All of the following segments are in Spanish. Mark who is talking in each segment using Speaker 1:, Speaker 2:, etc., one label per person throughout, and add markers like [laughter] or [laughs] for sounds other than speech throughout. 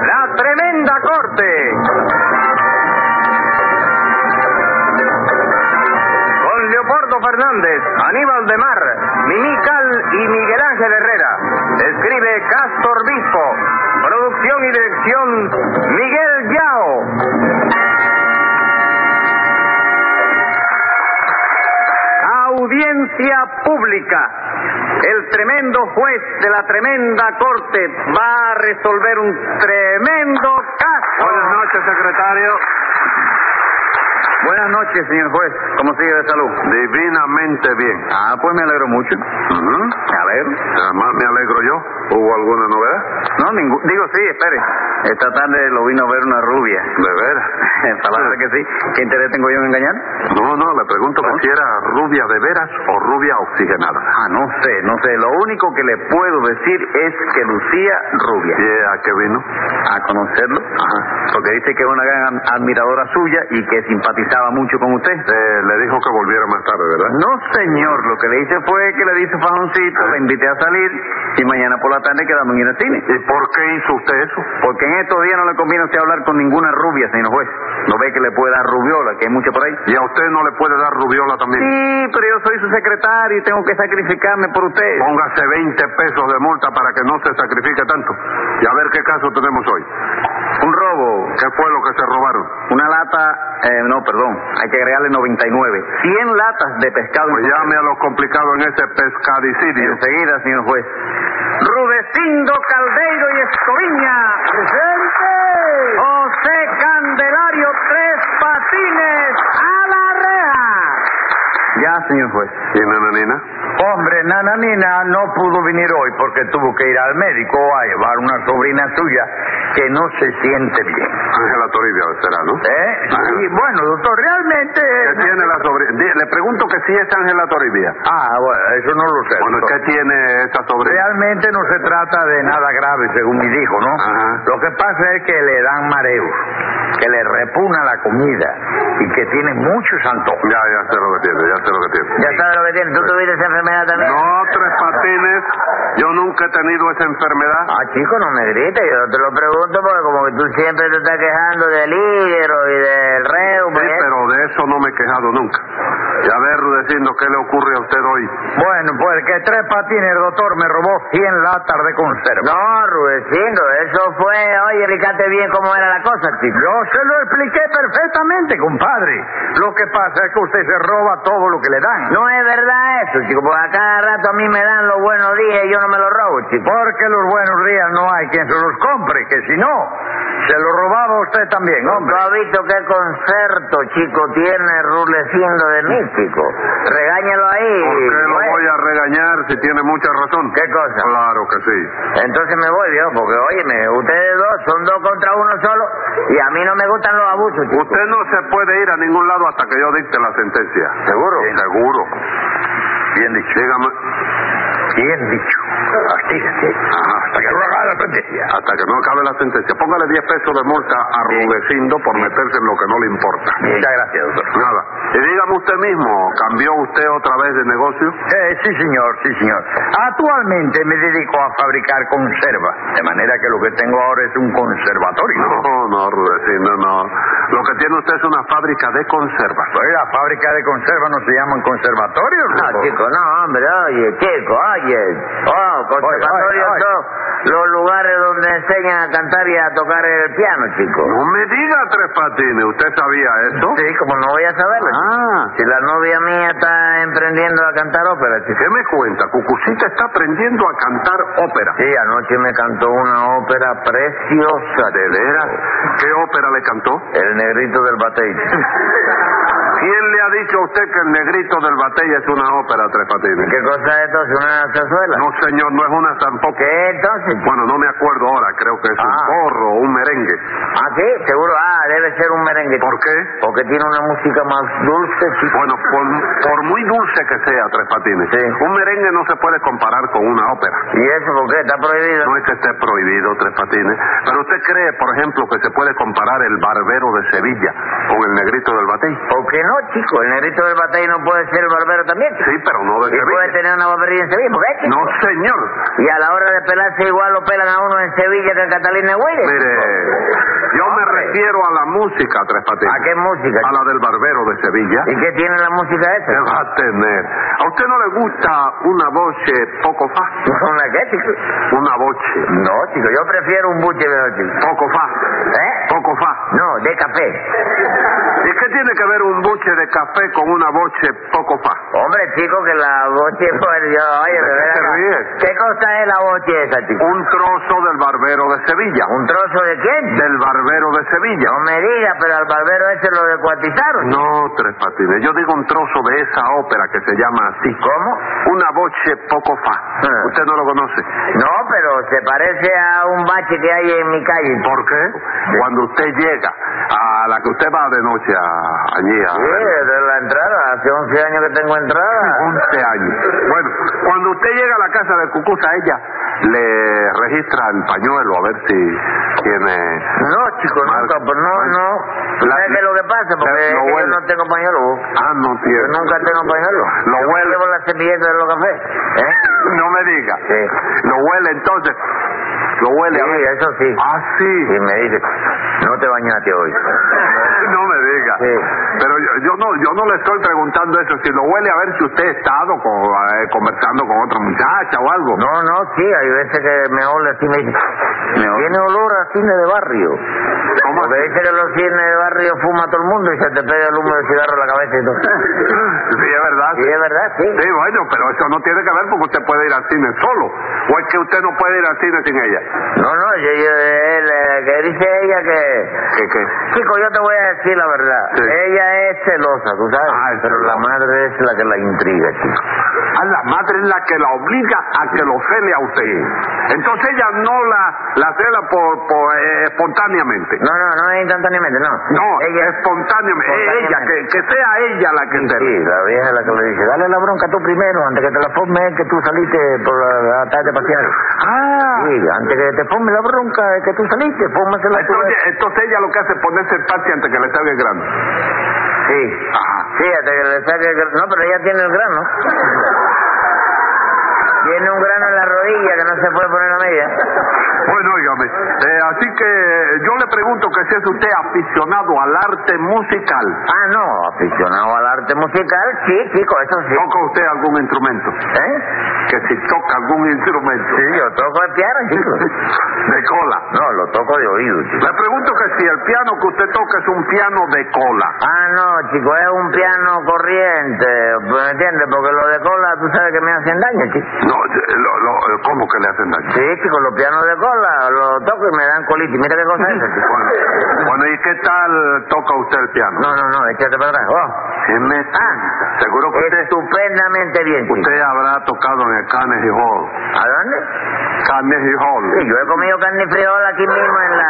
Speaker 1: Tremenda corte. Con Leopoldo Fernández, Aníbal de Mar, Mimical y Miguel Ángel Herrera. Escribe Castor Bispo. Producción y dirección Miguel Yao. Audiencia pública. El tremendo juez de la tremenda corte va a resolver un tremendo caso.
Speaker 2: Buenas noches, secretario.
Speaker 1: Buenas noches, señor juez. ¿Cómo sigue de salud?
Speaker 2: Divinamente bien.
Speaker 1: Ah, pues me alegro mucho.
Speaker 2: Ujú.
Speaker 1: Me alegro.
Speaker 2: Además, me alegro yo. ¿Hubo alguna novedad?
Speaker 1: No, ningú- digo sí, espere. Esta tarde lo vino a ver una rubia.
Speaker 2: De veras.
Speaker 1: [laughs] Palabra que sí. ¿Qué interés tengo yo en engañar?
Speaker 2: No, no, le pregunto que
Speaker 1: ¿Ah?
Speaker 2: si era rubia de veras o rubia oxigenada.
Speaker 1: Ah, no sé, no sé. Lo único que le puedo decir es que lucía rubia.
Speaker 2: ¿Y a qué vino?
Speaker 1: a conocerlo, porque dice que es una gran am- admiradora suya y que simpatizaba mucho con usted.
Speaker 2: Eh, le dijo que volviera más tarde, ¿verdad?
Speaker 1: No, señor, lo que le hice fue que le dice fajoncito, le invité a salir y mañana por la tarde quedamos en el cine.
Speaker 2: ¿Y por qué hizo usted eso?
Speaker 1: Porque en estos días no le conviene a usted hablar con ninguna rubia, señor juez. ¿No ve que le puede dar rubiola, que hay mucho por ahí?
Speaker 2: ¿Y a usted no le puede dar rubiola también?
Speaker 1: Sí, pero yo soy su secretario y tengo que sacrificarme por usted.
Speaker 2: Póngase 20 pesos de multa para que no se sacrifique tanto. Y a ver qué caso tenemos hoy.
Speaker 1: Un robo,
Speaker 2: ¿Qué fue lo que se robaron?
Speaker 1: una lata, eh, no, perdón, hay que agregarle 99. 100 latas de pescado.
Speaker 2: Pues llame a los complicados en ese pescadicidio.
Speaker 1: Enseguida, señor juez. Rudecindo Caldeiro y Escoviña. Presente. José Candelario Tres Patines a la reja. Ya, señor juez.
Speaker 2: ¿Y Nananina?
Speaker 3: Hombre, Nananina no pudo venir hoy porque tuvo que ir al médico a llevar una sobrina suya que no se siente bien.
Speaker 2: Ángela Toribia será, ¿no?
Speaker 3: ¿Eh?
Speaker 1: Ah.
Speaker 2: Ajá.
Speaker 3: Y bueno, doctor, realmente...
Speaker 2: ¿Qué tiene la sobrina? Di- Le pregunto que si es Ángela Toribia.
Speaker 3: Ah, bueno, eso no lo sé.
Speaker 2: Bueno,
Speaker 3: doctor.
Speaker 2: ¿qué tiene esa sobrina?
Speaker 3: Realmente no se trata de nada grave, según mi dijo, ¿no?
Speaker 2: Ajá.
Speaker 3: Lo que pasa es que le dan mareos, que le repugna la comida y que tiene muchos antojos.
Speaker 2: Ya, ya sé lo que tiene, ya sé lo que tiene.
Speaker 3: sabes lo que tiene, tú tuviste esa enfermedad
Speaker 2: No, tres patines. Yo nunca he tenido esa enfermedad.
Speaker 3: Ah, chico, no me grites, yo te lo pregunto porque como que tú siempre te estás quejando del hígado y del reo, pues,
Speaker 2: Sí, pero de eso no me he quejado nunca. Y a ver, Rudecindo, ¿qué le ocurre a usted hoy?
Speaker 3: Bueno, pues que tres patines, el doctor, me robó 100 latas de conserva. No, Rudecindo, eso fue... Oye, explícate bien cómo era la cosa, chico. Yo se lo expliqué perfectamente, compadre. Lo que pasa es que usted se roba todo lo que le dan.
Speaker 4: No es verdad eso, chico, porque a cada rato a mí me dan los buenos días y yo no me los robo, chico.
Speaker 3: Porque los buenos días no hay quien se los compre, que si no, se lo robaba usted también,
Speaker 4: ¿Tú
Speaker 3: hombre.
Speaker 4: has visto qué concerto, chico, tiene ruleciendo de mí, chico? Regáñalo ahí.
Speaker 2: ¿Por qué lo
Speaker 4: bueno.
Speaker 2: voy a regañar si tiene mucha razón?
Speaker 4: ¿Qué cosa?
Speaker 2: Claro que sí.
Speaker 4: Entonces me voy, viejo, porque óyeme, ustedes dos son dos contra uno solo y a mí no me gustan los abusos, chico.
Speaker 2: Usted no se puede ir a ningún lado hasta que yo dicte la sentencia.
Speaker 3: ¿Seguro?
Speaker 2: Sí, Seguro.
Speaker 3: Bien dicho.
Speaker 2: Dígame.
Speaker 3: Bien dicho. Así, así.
Speaker 2: Ajá,
Speaker 3: Hasta que no haga la sentencia.
Speaker 2: Hasta que no acabe la sentencia. Póngale 10 pesos de multa a Rudecindo por meterse en lo que no le importa.
Speaker 3: Muchas gracias, doctor.
Speaker 2: Nada. Y dígame usted mismo, ¿cambió usted otra vez de negocio?
Speaker 3: Eh, sí, señor, sí, señor. Actualmente me dedico a fabricar conservas, de manera que lo que tengo ahora es un conservatorio.
Speaker 2: No, no, Rudecindo, no. Lo que tiene usted es una fábrica de conservas.
Speaker 3: Pues la fábrica de conservas no se llaman conservatorios.
Speaker 4: No,
Speaker 3: loco.
Speaker 4: chico, no, hombre, oye, chico, oye. Oh,
Speaker 3: oye,
Speaker 4: conservatorio
Speaker 3: oye.
Speaker 4: son los lugares donde enseñan a cantar y a tocar el piano, chico.
Speaker 2: No me diga tres patines, ¿usted sabía eso?
Speaker 4: Sí, como no voy a saberlo. chico.
Speaker 2: Ah,
Speaker 4: Si la novia mía está emprendiendo a cantar ópera, chico.
Speaker 2: ¿qué me cuenta? Cucucita está aprendiendo a cantar ópera.
Speaker 4: Sí, anoche me cantó una ópera preciosa.
Speaker 2: ¿De veras? ¿Qué ópera le cantó?
Speaker 4: El negrito del
Speaker 2: [laughs]
Speaker 4: batey.
Speaker 2: ¿Quién le ha dicho a usted que el negrito del batey es una ópera, tres patines?
Speaker 4: ¿Qué cosa es esto? ¿Es una zarzuela?
Speaker 2: No, señor, no es una tampoco.
Speaker 4: ¿Qué entonces?
Speaker 2: Bueno, no me acuerdo ahora, creo que es un
Speaker 4: Ah.
Speaker 2: corro o un merengue.
Speaker 4: Ah, sí, seguro. Ah, debe ser un merengue.
Speaker 2: ¿Por qué?
Speaker 4: Porque tiene una música más dulce, chico.
Speaker 2: Bueno, por, por muy dulce que sea, Tres Patines,
Speaker 4: Sí.
Speaker 2: un merengue no se puede comparar con una ópera.
Speaker 4: ¿Y eso por qué? ¿Está prohibido?
Speaker 2: No es que esté prohibido Tres Patines, pero usted cree, por ejemplo, que se puede comparar el barbero de Sevilla con el negrito del batey.
Speaker 4: ¿Por qué no, chico? El negrito del batey no puede ser barbero también, chico.
Speaker 2: Sí, pero no de
Speaker 4: Y puede
Speaker 2: Sevilla.
Speaker 4: tener una barbería en Sevilla, ¿por qué, chico?
Speaker 2: No, señor,
Speaker 1: este, Y a la hora de pelarse igual lo pelan a uno en Sevilla que en Catalina Güeres.
Speaker 2: Mire, yo me
Speaker 1: Hombre.
Speaker 2: refiero a la música, Tres Patines.
Speaker 1: ¿A qué música?
Speaker 2: A la del barbero de Sevilla.
Speaker 1: ¿Y qué tiene la música esa?
Speaker 2: ¿Qué va a tener? ¿A usted no le gusta una voce poco fácil?
Speaker 1: [laughs] ¿Una qué, chico?
Speaker 2: Una voce
Speaker 1: No, chico, yo prefiero un buche mejor, chico.
Speaker 2: poco fácil.
Speaker 1: ¿Eh?
Speaker 2: Poco fácil.
Speaker 1: No, de café.
Speaker 2: ¿Y qué tiene que ver un buche de café con una voce poco fácil?
Speaker 1: Hombre, chico, que la boche... [laughs] Pues, yo, oye,
Speaker 2: ¿De
Speaker 1: de
Speaker 2: qué te
Speaker 1: verdad.
Speaker 2: ríes?
Speaker 1: ¿Qué cosa es la boche esa, chico?
Speaker 2: Un trozo del barbero de Sevilla.
Speaker 1: ¿Un trozo de quién?
Speaker 2: Del barbero de Sevilla.
Speaker 1: No me diga, pero al barbero ese lo descuartizaron.
Speaker 2: No, Tres Patines. Yo digo un trozo de esa ópera que se llama así.
Speaker 1: ¿Cómo?
Speaker 2: Una voce poco fácil.
Speaker 1: Ah.
Speaker 2: Usted no lo conoce.
Speaker 1: No, pero se parece a un bache que hay en mi calle.
Speaker 2: ¿Por qué? Cuando usted llega a la que usted va de noche a- allí a...
Speaker 1: Sí, desde Eh, la entrada. Hace 11 años que tengo entrada.
Speaker 2: 11 años. Bueno, cuando usted llega a la casa de Cucuza, ella le registra el pañuelo a ver si tiene...
Speaker 1: No, chico, nunca,
Speaker 2: Marca.
Speaker 1: pues no, no.
Speaker 2: La-
Speaker 1: ¿Sabes qué es lo que pasa? Porque
Speaker 2: la-
Speaker 1: es
Speaker 2: lo
Speaker 1: que yo
Speaker 2: huele.
Speaker 1: no tengo pañuelo. vos.
Speaker 2: Ah, no tiene.
Speaker 1: Yo nunca tengo pañuelo.
Speaker 2: Lo
Speaker 1: Yo
Speaker 2: huele.
Speaker 1: Llevo la servilleta de los cafés. ¿Eh?
Speaker 2: No me diga.
Speaker 1: Sí.
Speaker 2: Lo huele entonces. Lo huele. a
Speaker 1: Sí,
Speaker 2: ver.
Speaker 1: eso sí.
Speaker 2: Ah, sí.
Speaker 1: Y me dice, no te bañaste hoy.
Speaker 2: [laughs] No me diga.
Speaker 1: Sí.
Speaker 2: Pero yo, yo no yo no le estoy preguntando eso. Si lo huele, a ver si usted ha estado con- eh, conversando con otra muchacha o algo.
Speaker 1: No, no, sí, hay veces que me olor así, me dice, tiene olor a cine de barrio.
Speaker 2: ¿Cómo
Speaker 1: Porque dice que los cines de barrio fuma todo el mundo y se te pega el humo del cigarro en la cabeza y [laughs] todo.
Speaker 2: [laughs] Sí, es verdad.
Speaker 1: Sí, es verdad, sí.
Speaker 2: Sí, bueno, pero eso no tiene que ver porque usted puede ir al cine solo. O es que usted no puede ir al cine sin ella.
Speaker 1: No, no, yo, yo, él, eh, que dice ella que...
Speaker 2: ¿Qué, qué?
Speaker 1: Chico, yo te voy a decir la verdad.
Speaker 2: Sí.
Speaker 1: Ella es celosa, tú sabes.
Speaker 2: Ah, es
Speaker 1: Pero la
Speaker 2: celosa.
Speaker 1: madre es la que la intriga, chico.
Speaker 2: A la madre es la que la obliga a que lo cele a usted. Entonces ella no la, la cela por, por, eh, espontáneamente.
Speaker 1: No, no, no es instantáneamente, no.
Speaker 2: No,
Speaker 1: ella
Speaker 2: espontáneamente. Eh, Ella, que, que sea ella la que
Speaker 1: Sí,
Speaker 2: cele.
Speaker 1: la vieja es la que le dice, dale la bronca tú primero, antes que te la forme que tú saliste por la, la tarde a pasear.
Speaker 2: Ah.
Speaker 1: Sí, antes que te forme la bronca de que tú saliste, fórmasela tú.
Speaker 2: Entonces, entonces ella lo que hace es ponerse el parche antes que le salga el grano. Ah.
Speaker 1: Sí, sí, hasta que le saque el grano. No, pero ella tiene el grano. Tiene un grano en la rodilla que no se puede poner a media.
Speaker 2: Bueno, óigame, eh, así que yo le pregunto que si es usted aficionado al arte musical.
Speaker 1: Ah, no, aficionado al arte musical, sí, chico, eso sí.
Speaker 2: ¿Toca usted algún instrumento?
Speaker 1: ¿Eh?
Speaker 2: Que si toca algún instrumento.
Speaker 1: Sí, yo toco el piano, chico.
Speaker 2: [laughs] De cola.
Speaker 1: No, lo toco de oído, chico.
Speaker 2: Le pregunto que si el piano que usted toca es un piano de cola.
Speaker 1: Ah, no, chico, es un piano corriente, ¿me entiendes? Porque lo de cola, tú sabes que me hacen daño, chico.
Speaker 2: No, eh, lo, lo- eh, ¿cómo que le hacen daño?
Speaker 1: Sí, chico, los pianos de cola, los toco y me dan colitis. Mira qué cosa es eso, chico.
Speaker 2: Bueno, bueno, ¿y qué tal toca usted el piano?
Speaker 1: No, no, no, échate para atrás. Oh,
Speaker 2: ¿Qué me- Seguro que usted,
Speaker 1: estupendamente bien, chico.
Speaker 2: usted habrá tocado en el Carnegie Hall.
Speaker 1: ¿A dónde?
Speaker 2: Carnegie Hall.
Speaker 1: Sí, yo he comido carne y frijol aquí mismo en la...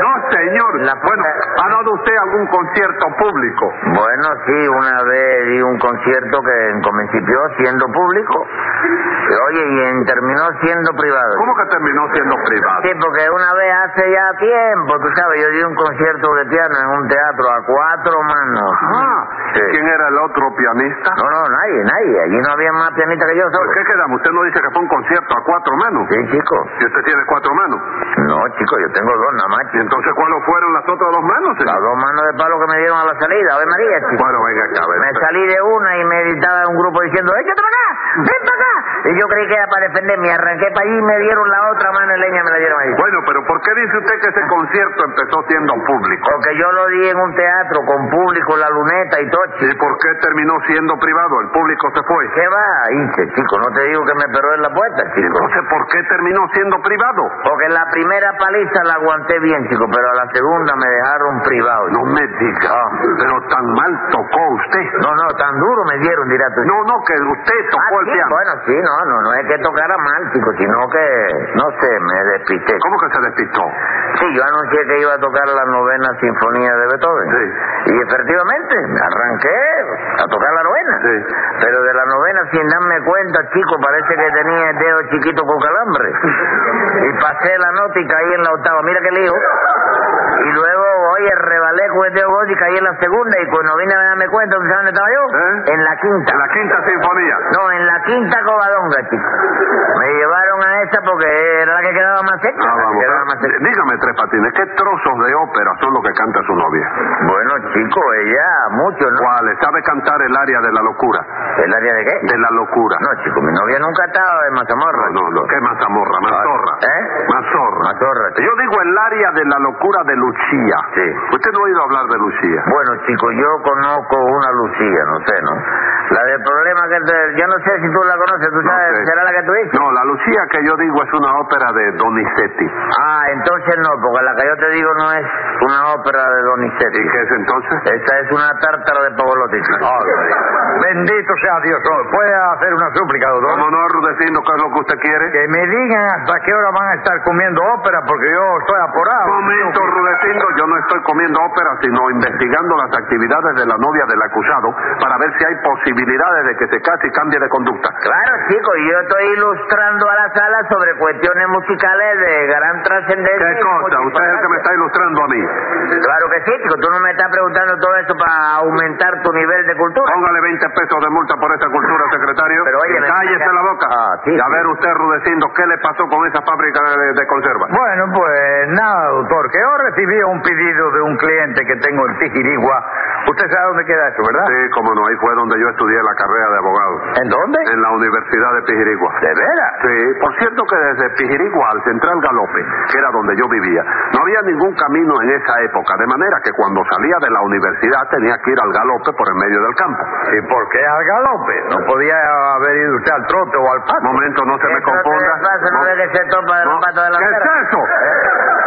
Speaker 2: No, señor.
Speaker 1: La puta-
Speaker 2: Bueno, ¿ha dado usted algún concierto público?
Speaker 1: Bueno, sí, una vez di un concierto que comenzó siendo público, y, oye, y en- terminó siendo privado.
Speaker 2: ¿Cómo que terminó siendo privado?
Speaker 1: Sí, porque una vez hace ya tiempo, tú sabes, yo di un concierto de piano en un teatro a cuatro manos.
Speaker 2: Ah,
Speaker 1: Sí.
Speaker 2: ¿quién era el otro pianista?
Speaker 1: No, no, nadie, nadie. Allí no había más pianista que yo
Speaker 2: ¿Por
Speaker 1: solo.
Speaker 2: qué quedamos? Usted no dice que fue un concierto a cuatro manos.
Speaker 1: Sí, chico.
Speaker 2: Y usted tiene cuatro manos.
Speaker 1: No, chico, yo tengo dos nada más,
Speaker 2: ¿Y
Speaker 1: chico.
Speaker 2: entonces cuáles fueron las otras dos manos? señor?
Speaker 1: Las dos manos de palo que me dieron a la salida, a ver María, chico.
Speaker 2: Bueno, venga acá, a ver.
Speaker 1: Me salí de una y me gritaba un grupo diciendo, échate para acá, ven para acá. Y yo creí que era para defenderme, arranqué para allí y me dieron la otra mano en leña, me la dieron ahí.
Speaker 2: Bueno, pero ¿por qué dice usted que ese concierto empezó siendo público?
Speaker 1: Porque yo lo di en un teatro con público, la luneta y todo, chico.
Speaker 2: ¿Y por qué terminó siendo privado? El público se fue.
Speaker 1: ¿Qué va? Hice, chico, no te digo que me peró en la puerta,
Speaker 2: ¿Y
Speaker 1: chico.
Speaker 2: entonces por qué terminó siendo privado?
Speaker 1: Porque la primera paliza la aguanté bien, chico, pero a la segunda me dejaron privado.
Speaker 2: No me diga, pero tan mal tocó usted.
Speaker 1: No, no, tan duro me dieron, dirá tú.
Speaker 2: No, no, que usted tocó
Speaker 1: Ah,
Speaker 2: el
Speaker 1: sí,
Speaker 2: piano.
Speaker 1: Bueno, sí, no, no, no es que tocara mal, chico, sino que, no sé, me despisté.
Speaker 2: ¿Cómo que se despistó?
Speaker 1: Sí, yo anuncié que iba a tocar la novena sinfonía de Beethoven.
Speaker 2: Sí.
Speaker 1: Y efectivamente, arranqué a tocar la novena.
Speaker 2: Sí.
Speaker 1: Pero de la novena, sin darme cuenta, chico, parece que tenía el dedo chiquito con calambre. Y pasé la nota y caí en la octava. Mira qué lío. Y luego, oye, rebalé con el dedo gordo y caí en la segunda. Y cuando vine a darme cuenta, ¿tú sabes dónde estaba yo?
Speaker 2: ¿Eh?
Speaker 1: En la quinta.
Speaker 2: En la quinta sinfonía.
Speaker 1: No, en la quinta covadonga, chico. Me llevaron perfecta.
Speaker 2: Ah, vamos.
Speaker 1: Era la más
Speaker 2: Dí- Dígame, Tres Patines, ¿qué trozos de ópera son los que canta su novia?
Speaker 1: Bueno, chico, ella mucho, ¿no?
Speaker 2: ¿Cuáles? ¿Sabe cantar el área de la locura?
Speaker 1: ¿El área de qué?
Speaker 2: De la locura.
Speaker 1: No, chico, mi novia nunca ha estado en Mazamorra.
Speaker 2: Ah, no, no, no. ¿Qué mazamorra? Mazorra.
Speaker 1: ¿Eh?
Speaker 2: Ah, Mazorra.
Speaker 1: Mazorra, chico.
Speaker 2: Yo digo el área de la locura de Lucía.
Speaker 1: Sí.
Speaker 2: ¿Usted no ha oído hablar de Lucía?
Speaker 1: Bueno, chico, yo conozco una Lucía, no sé, ¿no? La del problema que... te- Yo no sé si tú la conoces, ¿tú
Speaker 2: No
Speaker 1: sabes?
Speaker 2: sé.
Speaker 1: ¿Será la que tú dices?
Speaker 2: No, la Lucía que yo digo es una ópera de Donizetti.
Speaker 1: Ah, entonces no, porque la que yo te digo no es una ópera de
Speaker 2: ¿Y
Speaker 1: Donizetti.
Speaker 2: qué es entonces?
Speaker 1: Esa es una tártara de Pavolotti. chico.
Speaker 3: Bendito sea Dios. ¿Puede hacer una súplica, doctor?
Speaker 2: Como honor decirnos qué es lo que usted quiere?
Speaker 3: Que me digan hasta qué hora van a estar comiendo ópera porque yo estoy apurado.
Speaker 2: momento, Rudecindo, yo no estoy comiendo ópera, sino investigando las actividades de la novia del acusado para ver si hay posibilidades de que se case y cambie de conducta.
Speaker 1: Claro, chico, yo estoy ilustrando a la sala sobre cuestiones musicales de gran trascendencia.
Speaker 2: ¿Qué
Speaker 1: y
Speaker 2: cosa? Usted es el que me está ilustrando a mí.
Speaker 1: Claro que sí, chico, tú no me estás preguntando todo eso para aumentar tu nivel de cultura.
Speaker 2: Póngale 20 pesos de multa por esa cultura, secretario.
Speaker 1: Pero, oye,
Speaker 2: Y
Speaker 1: me-
Speaker 2: cállese la boca.
Speaker 1: Ah, sí,
Speaker 2: y a
Speaker 1: sí.
Speaker 2: ver usted, Rudecindo, ¿qué le pasó con esa fábrica de, de conserva?
Speaker 1: Ah.
Speaker 3: Bueno, pues nada, doctor, que yo recibí un pedido de un cliente que tengo en Tijirigua. Usted sabe dónde queda eso, ¿verdad?
Speaker 2: Sí, cómo no, ahí fue donde yo estudié la carrera de abogado.
Speaker 3: ¿En dónde?
Speaker 2: En la Universidad de Pijirigua.
Speaker 3: ¿De veras?
Speaker 2: Sí, por cierto que desde Pijirigua al Central Galope, que era donde yo vivía, no había ningún camino en esa época, de manera que cuando salía de la universidad tenía que ir al galope por el medio del campo.
Speaker 3: ¿Y por qué al galope? ¿No podía haber ido usted al trote o al paso?
Speaker 2: Momento, no se me
Speaker 1: Ah, Entonces,
Speaker 2: confunda.
Speaker 1: de paso, no ve que se topa de
Speaker 2: No.
Speaker 1: los patos de la
Speaker 2: ¿Qué es eso?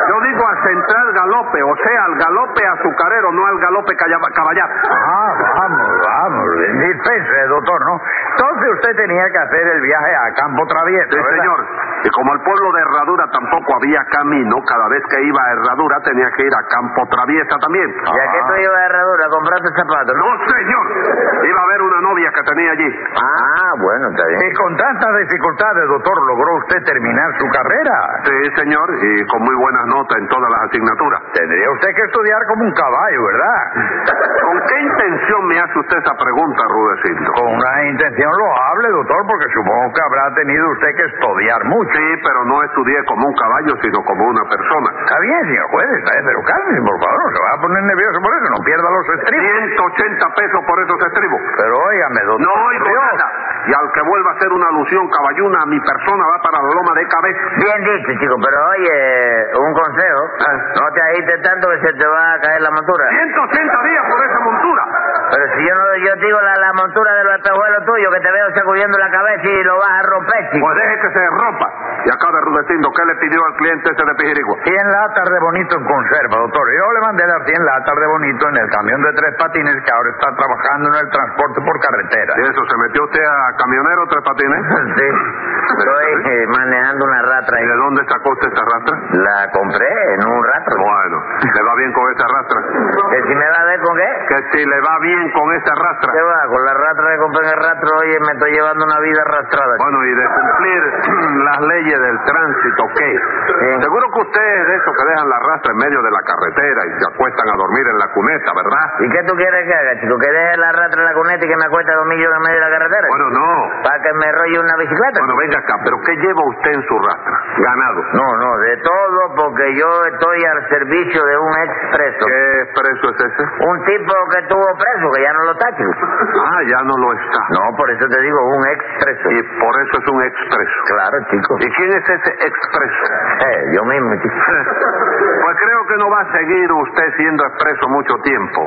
Speaker 2: Yo digo al Central Galope, o sea, al galope azucarero, no al galope calla- caballar.
Speaker 3: Ah, vamos, vamos, dispense, doctor, ¿no? Entonces usted tenía que hacer el viaje a Campo Travieso,
Speaker 2: Sí,
Speaker 3: ¿verdad?
Speaker 2: señor. Y como el pueblo de Herradura tampoco había camino, cada vez que iba a Herradura tenía que ir a Campo Traviesa también.
Speaker 1: ¿Ya que tú ibas a herradura? ¿Compraste zapatos?
Speaker 2: No, señor. Iba a ver una novia que tenía allí.
Speaker 1: Ah, bueno, está bien.
Speaker 3: Y con tantas dificultades, doctor, logró usted terminar su carrera.
Speaker 2: Sí, señor, y con muy buenas notas en todas las asignaturas.
Speaker 3: Tendría usted que estudiar como un caballo, ¿verdad?
Speaker 2: ¿Con qué intención me hace usted esa pregunta, Rudecindo?
Speaker 3: Con una intención loable, doctor, porque supongo que habrá tenido usted que estudiar mucho.
Speaker 2: Sí, pero no estudié como un caballo, sino como una persona.
Speaker 3: Está bien, señor juez, está bien, pero cálmese, por favor, no se va a poner nervioso por eso, no pierda los estribos.
Speaker 2: 180 pesos por esos estribos.
Speaker 3: Pero óigame, doctor.
Speaker 2: No oigo
Speaker 3: Dios,
Speaker 2: nada. Y al que vuelva a hacer una alusión caballuna a mi persona va para la loma de cabeza.
Speaker 1: Bien dicho, chico, pero oye, un consejo.
Speaker 2: Ah.
Speaker 1: No te agites tanto que se te va a caer la montura.
Speaker 2: 180 días por esa montura.
Speaker 1: Pero si yo no yo te digo la, la montura de los espejuelos tuyos, que te veo sacudiendo la cabeza y lo vas a romper, chico.
Speaker 2: Pues deje que se rompa. Y acabe Rudecindo, ¿qué le pidió al cliente ese de Pijirigua?
Speaker 3: 100 latas de bonito en conserva, doctor. Yo le mandé las 100 latas de bonito en el camión de tres patines que ahora está trabajando en el transporte por carretera.
Speaker 2: ¿Y
Speaker 3: [laughs]
Speaker 2: eso se metió usted a camionero tres patines?
Speaker 1: Sí. Estoy eh, manejando una ratra
Speaker 2: ¿Y
Speaker 1: ahí.
Speaker 2: de dónde sacó usted esa rastra?
Speaker 1: La compré en un rato.
Speaker 2: Bueno, ¿le va bien con esa rastra?
Speaker 1: ¿Que si me va a ver con qué?
Speaker 2: Que si le va bien con esa rastra.
Speaker 1: ¿Qué va? Con la ratra que compré en el rastro, oye, me estoy llevando una vida arrastrada. chico.
Speaker 2: Bueno, y de cumplir [clears throat] las leyes del tránsito, ¿qué?
Speaker 1: Sí.
Speaker 2: Seguro que usted es de esos que dejan la rastra en medio de la carretera y se acuestan a dormir en la cuneta, ¿verdad?
Speaker 1: ¿Y qué tú quieres que haga, chico? ¿Que deje la ratra en la cuneta y que me cuesta dos millones en medio de la carretera?
Speaker 2: Bueno, no.
Speaker 1: ¿Para que me rolle una bicicleta?
Speaker 2: Bueno, venga acá, pero ¿qué lleva usted en su rastra? Ganado.
Speaker 1: No, no, de todo porque yo estoy al servicio de un ex preso.
Speaker 2: ¿Qué precio es ese?
Speaker 1: Un tipo que estuvo preso, que ya no lo está, [laughs] chico.
Speaker 2: Ah, ya no lo está.
Speaker 1: No, por eso te digo, un ex preso.
Speaker 2: Y por eso es un expreso.
Speaker 1: Claro, chico.
Speaker 2: ¿Y quién es ese expreso?
Speaker 1: Eh, yo mismo, chico.
Speaker 2: Pues creo que no va a seguir usted siendo expreso mucho tiempo.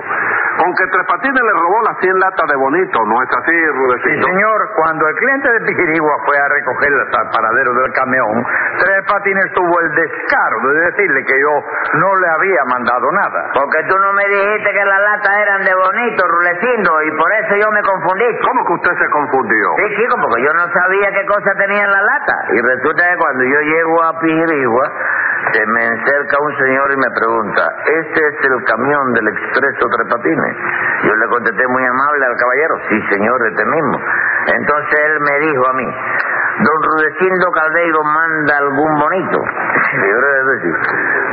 Speaker 2: Con que Tres Patines le robó las 100 latas de bonito, ¿no es así,
Speaker 3: Pues Sí,
Speaker 2: Rudecito?
Speaker 3: señor, cuando el cliente de Pijirigua fue a recogerlas al paradero del camión, Tres Patines tuvo el descaro de decirle que yo no le había mandado nada.
Speaker 1: Porque tú no me dijiste que las latas eran de bonito, rulecindo, y por eso yo me confundí. chico.
Speaker 2: ¿Cómo que usted se confundió?
Speaker 1: Sí, chico, porque yo no sabía qué cosa tenía en la lata. Y resulta que cuando yo llego a Pijirigua, se me acerca un señor y me pregunta, ¿este es el camión del expreso Tres Patines? Yo le contesté muy amable al caballero, sí, señor, este mismo. Entonces él me dijo a mí, Don Rudecindo Caldeiro manda algún bonito. Libre de decir.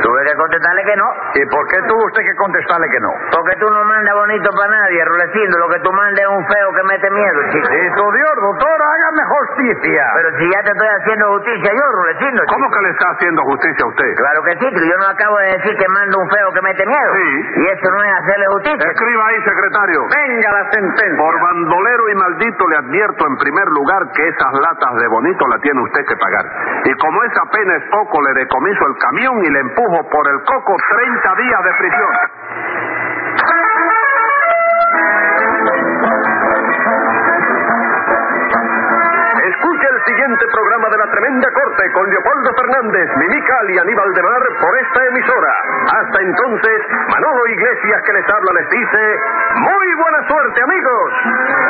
Speaker 1: Tuve que contestarle que no.
Speaker 3: ¿Y por qué tuvo usted que contestarle que no?
Speaker 1: Porque tú no mandas bonito para nadie, Rudecindo. Lo que tú mandas es un feo que mete miedo, chico.
Speaker 3: Y tu Dios, doctor, hágame justicia.
Speaker 1: Pero si ya te estoy haciendo justicia yo, Rudecindo. chico.
Speaker 2: ¿Cómo que le está haciendo justicia a usted?
Speaker 1: Claro que sí, que yo no acabo de decir que mando un feo que mete miedo.
Speaker 2: Sí.
Speaker 1: Y eso no es hacerle justicia.
Speaker 2: Escriba ahí, secretario.
Speaker 5: Venga la sentencia.
Speaker 2: Por bandolero y maldito le advierto en primer lugar que esas latas de bonito la tiene usted que pagar. Y como esa pena es poco, le decomiso el camión y le empujo por el coco 30 días de prisión.
Speaker 5: Escucha el siguiente programa de La Tremenda Corte con Leopoldo Fernández, Mimical y Aníbal de Mar por esta emisora. Hasta entonces, Manolo Iglesias que les habla les dice, muy buena suerte amigos.